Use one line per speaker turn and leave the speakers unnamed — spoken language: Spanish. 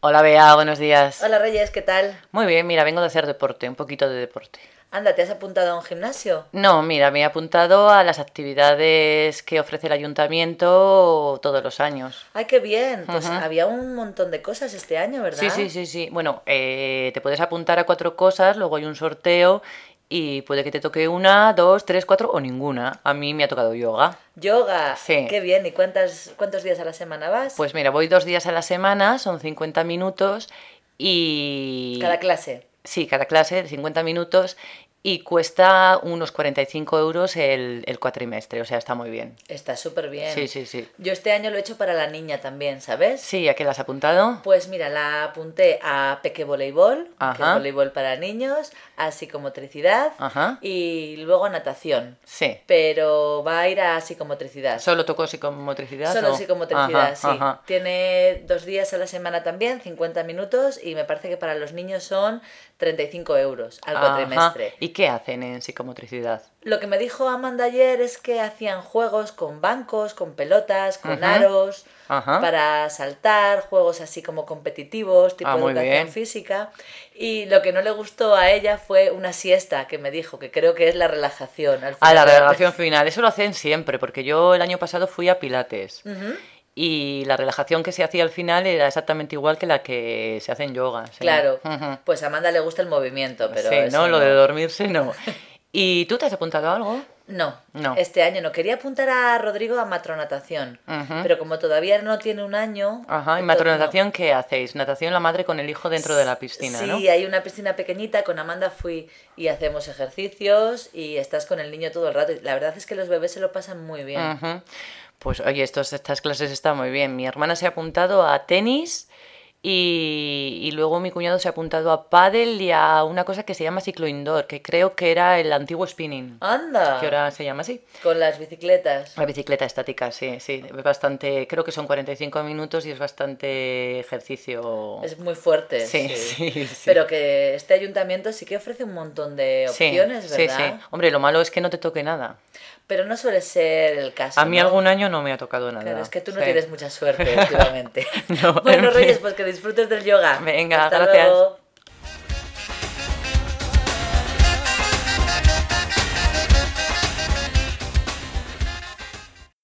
Hola Bea, buenos días.
Hola Reyes, ¿qué tal?
Muy bien, mira, vengo de hacer deporte, un poquito de deporte.
Anda, ¿te has apuntado a un gimnasio?
No, mira, me he apuntado a las actividades que ofrece el ayuntamiento todos los años.
Ay, qué bien. Pues
Ujú.
había un montón de cosas este año, ¿verdad?
Sí, sí, sí, sí. Bueno, eh, te puedes apuntar a cuatro cosas, luego hay un sorteo y puede que te toque una, dos, tres, cuatro o ninguna. A mí me ha tocado yoga.
Yoga.
Sí.
Qué bien. ¿Y cuántas, cuántos días a la semana vas?
Pues mira, voy dos días a la semana, son 50 minutos y...
Cada clase.
Sí, cada clase de 50 minutos y cuesta unos 45 euros el, el cuatrimestre, o sea, está muy bien.
Está súper bien.
Sí, sí, sí.
Yo este año lo he hecho para la niña también, ¿sabes?
Sí, ¿a qué la has apuntado?
Pues mira, la apunté a Peque Voleibol, que es
Ajá. Ah.
voleibol para niños, así como tricidad
Ajá.
y luego natación.
Sí.
Pero va a ir a psicomotricidad.
¿Solo tocó psicomotricidad?
Solo
o-
psicomotricidad,
Ajá,
sí.
ajá.
Tiene dos días a la semana también, 50 minutos, y me parece que para los niños son 35 euros al
Ajá.
cuatrimestre.
¿Y qué hacen en psicomotricidad?
Lo que me dijo Amanda ayer es que hacían juegos con bancos, con pelotas, con
Ujú.
aros,
Ajá.
para saltar, juegos así como competitivos, tipo
Ah, muy
educación
bien.
física. Y lo que no le gustó a ella fue una siesta que me dijo, que creo que es la relajación. Al
A Ah, la
final.
relajación final, eso lo hacen siempre, porque yo el año pasado fui a Pilates
Ujú.
y la relajación que se hacía al final era exactamente igual que la que se hace en yoga. sí.
Claro,
Ujú.
pues a Amanda le gusta el movimiento, pero...
sí,
eso
no, lo de dormirse no. ¿Y tú te has apuntado a algo?
No,
No.
este año no. Quería apuntar a Rodrigo a matronatación,
Ujú.
pero como todavía no tiene un año...
Ajá, ¿y
to-
matronatación qué hacéis? Natación la madre con el hijo dentro de la
no.
piscina,
sí,
¿no?
hay una piscina pequeñita, con Amanda fui y hacemos ejercicios y estás con el niño todo el rato. y La verdad es que los bebés se lo pasan muy bien.
Ujú. Pues oye, estos, estas clases están muy bien. Mi hermana se ha apuntado a tenis y, y luego mi cuñado se ha apuntado a pádel y a una cosa que se llama ciclo indoor, que creo que era el antiguo spinning,
¡Anda!
que ahora se llama así.
Con las bicicletas.
La bicicleta estática, sí, sí, es bastante, creo que son 45 minutos y es bastante ejercicio.
Es muy fuerte.
Oh. Sí, sí, sí.
Pero que este ayuntamiento sí que ofrece un montón de
Sí,
opciones,
sí,
¿verdad?
sí. Hombre, lo malo es que no te toque nada.
Pero no suele ser el caso.
A mí
¿no?
algún año no me ha tocado nada.
Claro, es que tú no
Sí.
tienes mucha suerte últimamente.
No,
bueno,
en fin.
Reyes, pues que disfrutes del yoga.
Venga,
Hasta
gracias.
luego.